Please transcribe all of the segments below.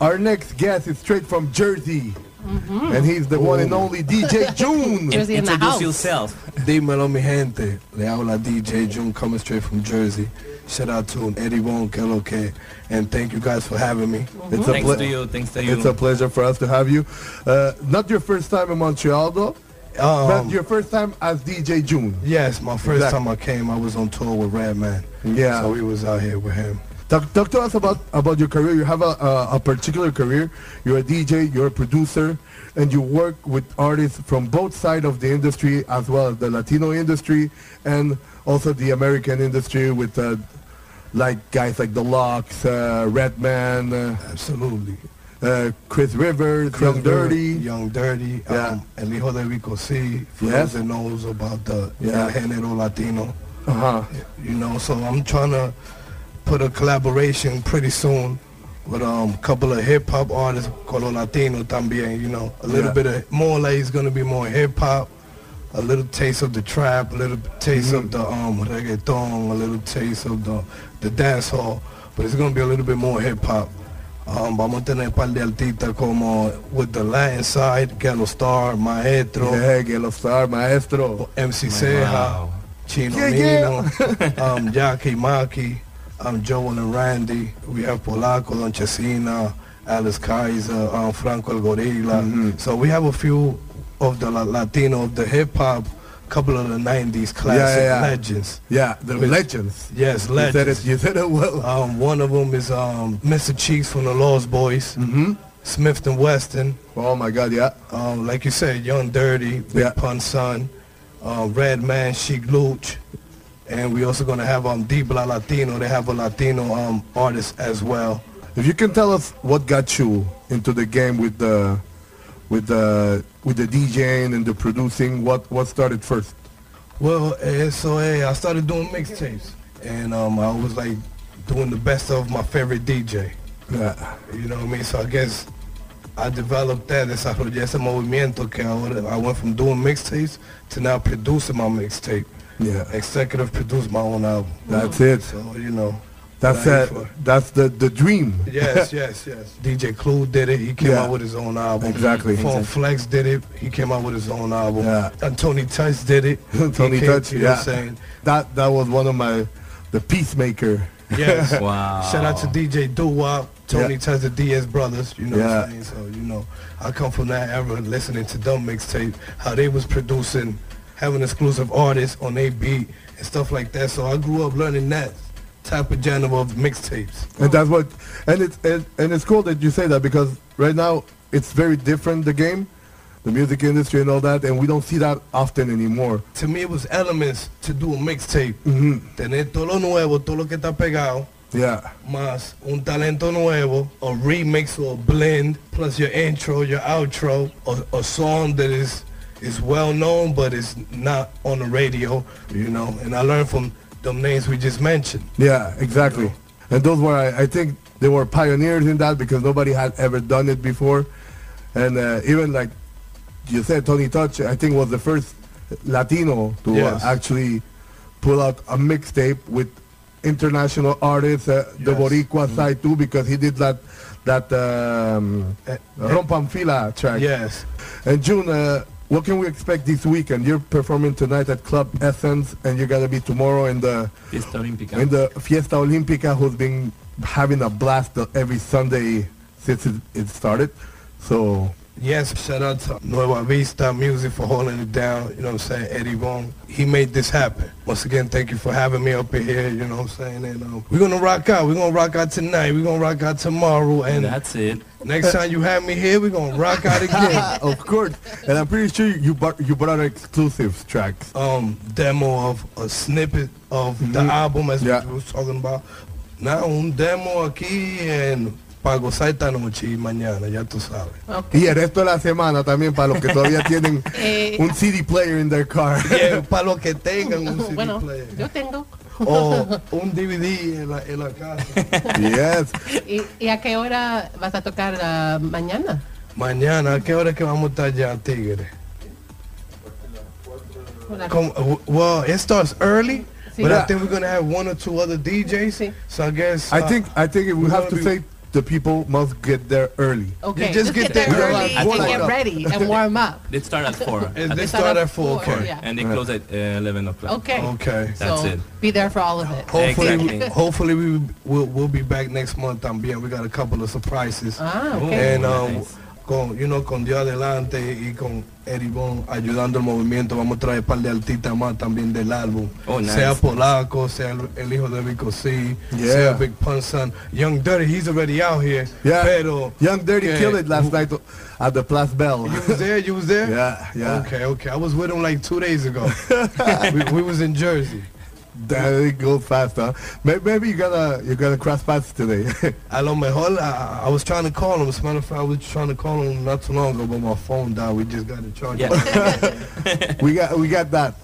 Our next guest is straight from Jersey. Mm-hmm. And he's the one Oh. and only DJ June. Jersey in the Introduce house. yourself. Dímelo, mi gente. Le habla DJ June coming straight from Jersey. Shout out to Eddie Wong, que lo que. And thank you guys for having me. It's a Thanks pleasure. to you. Thanks to you. It's a pleasure for us to have you. Uh, not your first time in Montreal, though, but Um, your first time as DJ June. yes, my first Exactly. time I came, I was on tour with Redman. Yeah. Mm-hmm. So we was out here with him. Talk, talk to us about, about your career. You have a, a, a particular career. You're a DJ, you're a producer, and you work with artists from both sides of the industry, as well as the Latino industry and also the American industry with uh, like guys like The Locks, uh, Redman, uh, Absolutely. uh, Chris Rivers, Young Dirty. Young Dirty. Yeah. Um, El Hijo de Rico C. For Yes. those that knows about the Yeah. El Género Latino. Uh-huh. You know, so I'm trying to put a collaboration pretty soon with um, a couple of hip hop artists called Latino también, you know. A little Yeah. bit of more like it's gonna be more hip hop, a little taste of the trap, a little taste Mm-hmm. of the um reggaeton, a little taste of the the dance hall. But it's gonna be a little bit more hip hop. Um, vamos a tener un par de artistas como with the Latin side, Ghetto Star, Maestro, Yeah, que lo star, maestro. MC Seja, Wow. Chino Yeah, Nino, um, Jackie Maki, um, Joel and Randy. We have Polaco, Don Chesina, Alice Kaiser, um, Franco El Gorilla. Mm-hmm. So we have a few of the la- Latino, of the hip hop, couple of the 90s classic yeah. legends. Yeah, the With- legends. Yes, You said it, legends. you said it well. Um, one of them is um, Mr. Cheeks from the Lost Boys, Mhm. Smith and Weston. Oh my God, yeah. Um, like you said, Young Dirty, Big Yeah. Pun Son, um, Red Man, Chic Luch, and we also gonna have um Dibla Latino. They have a Latino um artist as well. If you can tell us what got you into the game with the with the with the DJing and the producing, what what started first? Well, eh, so hey, I started doing mixtapes, and um I was like doing the best of my favorite DJ. Yeah. You know what I mean? So I guess I developed that, desarrollé ese movimiento que ahora I went from doing mixtapes to now producing my mixtape. Yeah. Executive produced my own album. That's it. So you know. That's what I aim that, for. that's the the dream. Yes, yes, yes. DJ Clue did it. He came Yeah. out with his own album. Exactly. Phone Flex did it. He came out with his own album. Yeah. And Tony Touch did it. He Tony came- Touch, You know what yeah. I'm saying? That that was one of my the peacemaker. Yes. Wow. Shout out to DJ Doo-Wop, Tony Yeah. Touch, the Diaz brothers. You know Yeah. what I'm saying? So, you know, I come from that era listening to them mixtape, how they was producing, having exclusive artists on their beat and stuff like that. So I grew up learning that type of genre of mixtapes. And that's what and it's and, and it's cool that you say that because right now it's very different the game, the music industry and all that, and we don't see that often anymore. to me it was elements to do a mixtape. Mhm. Tener todo lo nuevo, todo lo que está pegado, Yeah. más un talento nuevo, a remix or a blend, plus your intro, your outro, a, a song that is is well known but it's not on the radio, you know. And I learned from them names we just mentioned. Yeah, exactly. And those were, I, I think, they were pioneers in that because nobody had ever done it before. And uh, even like you said, Tony Touch, I think, was the first Latino to uh, Yes. actually pull out a mixtape with international artists, uh, the Yes. Mm-hmm. Boricua side too, because he did that that um, Eh, Rompamfila track. Yes. And June, uh, what can we expect this weekend? You're performing tonight at Club Essence, and you're gonna be tomorrow in the Fiesta Olímpica. in the Fiesta Olímpica, who's been having a blast uh, every Sunday since it, it started. So, Yes, shout out to Nueva Vista Music for holding it down. You know what I'm saying? Eddie Vaughn, he made this happen. Once again, thank you for having me up in here. You know what I'm saying? And um, we're gonna rock out. We're gonna rock out tonight. We're gonna rock out tomorrow. And And that's it. next time you have me here, we're gonna rock out again. of course, and I'm pretty sure you brought, you brought out exclusive tracks. um, demo of a snippet of the album as Yeah. we was talking about. Now un demo aquí en Pago esta noche y mañana, ya tú sabes. Y el resto de la semana también para los que todavía tienen Eh, un CD player in their car. Yeah, para los que tengan un CD bueno, player. yo tengo. o un DVD en la, en la casa. yes. ¿Y, y a qué hora vas a tocar ah, mañana? Mañana, ¿a qué hora es que vamos a estar ya, Tigre? Hola. Como- w- well, it starts early, Sí. but I Yeah. think we're going to have one or two other DJs. Sí. So I guess... I uh, think I think we we're have to gonna say be- the people must get there early. Okay, You just get there early and and get warm up. ready and warm up. They start at four, at uh, They the- start start at at four, four, okay. yeah. and they close at uh, eleven o'clock. Okay. Okay. That's so it. be there for all of it. Hopefully, Exactly. hopefully we will we'll be back next month también. We got a couple of surprises. Ah, Boom. okay. And um, Nice. con, you know, con Dios Adelante y con Eric Bon ayudando al movimiento, vamos a traer un par de artistas más también del álbum. Oh, nice. Sea Polaco, sea el, el hijo de Rico C, Yeah. sea Big Pun Son. Young Dirty, he's already out here. Yeah. Pero, Young Dirty que- killed it last night at the Place Bell. You was there? You was there? yeah, yeah. Okay, okay. I was with him like two days ago. we, we was in Jersey. That it goes fast, huh? May- Maybe you gotta you gotta cross paths today. A lo mejor I, I was trying to call him. As a matter of fact, I was trying to call him not too long ago, but my phone died. We just got to charge it. Yeah. we got we got that.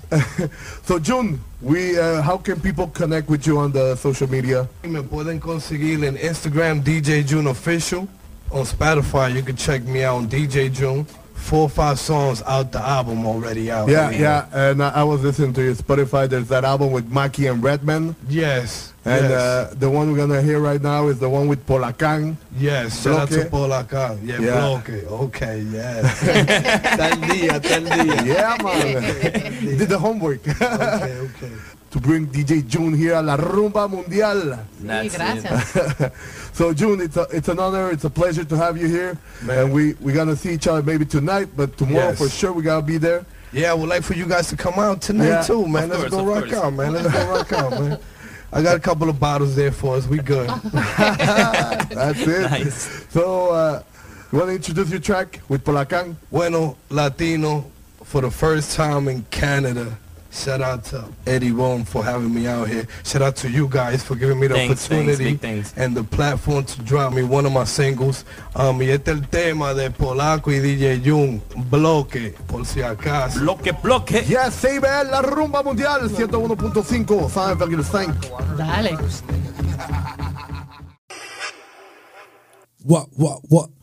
so June, we uh, how can people connect with you on the social media? Me pueden conseguir en Instagram DJ June Official. On Spotify, you can check me out on DJ June. Four or five songs out the album already out. Yeah, yeah. And I, I was listening to your Spotify. There's that album with Maki and Redman, Yes. and yes. uh, the one we're gonna hear right now is the one with Polacan. yes. Shout out to Bloque. Paul Akan. Yeah, Yeah. Bloque. Okay, yes. tal día, tal día. Yeah, man. Did the homework to Okay, okay. bring DJ June here at La Rumba Mundial. sí, That's it. gracias. So June, it's a, it's an honor, it's a pleasure to have you here, Man. and we we gonna see each other maybe tonight, but tomorrow Yes. for sure we gotta be there. Yeah, I would like for you guys to come out tonight Yeah. too, man. Of course, Let's go of rock course. out, man. Let's go rock out, man. I got a couple of bottles there for us. We good. That's it. Nice. So, uh, you want to introduce your track with Polacan? Bueno, Latino, for the first time in Canada. Shout out to Eddie Wong for having me out here. Shout out to you guys for giving me the Thanks, thanks, opportunity big thanks. and the platform to drop me one of my singles. Um, y este el tema de Polaco y DJ Jung, Bloque, por si acaso. Bloque, bloque. Yes, save la rumba mundial 101.5, 5,5. Dale. What, what, what?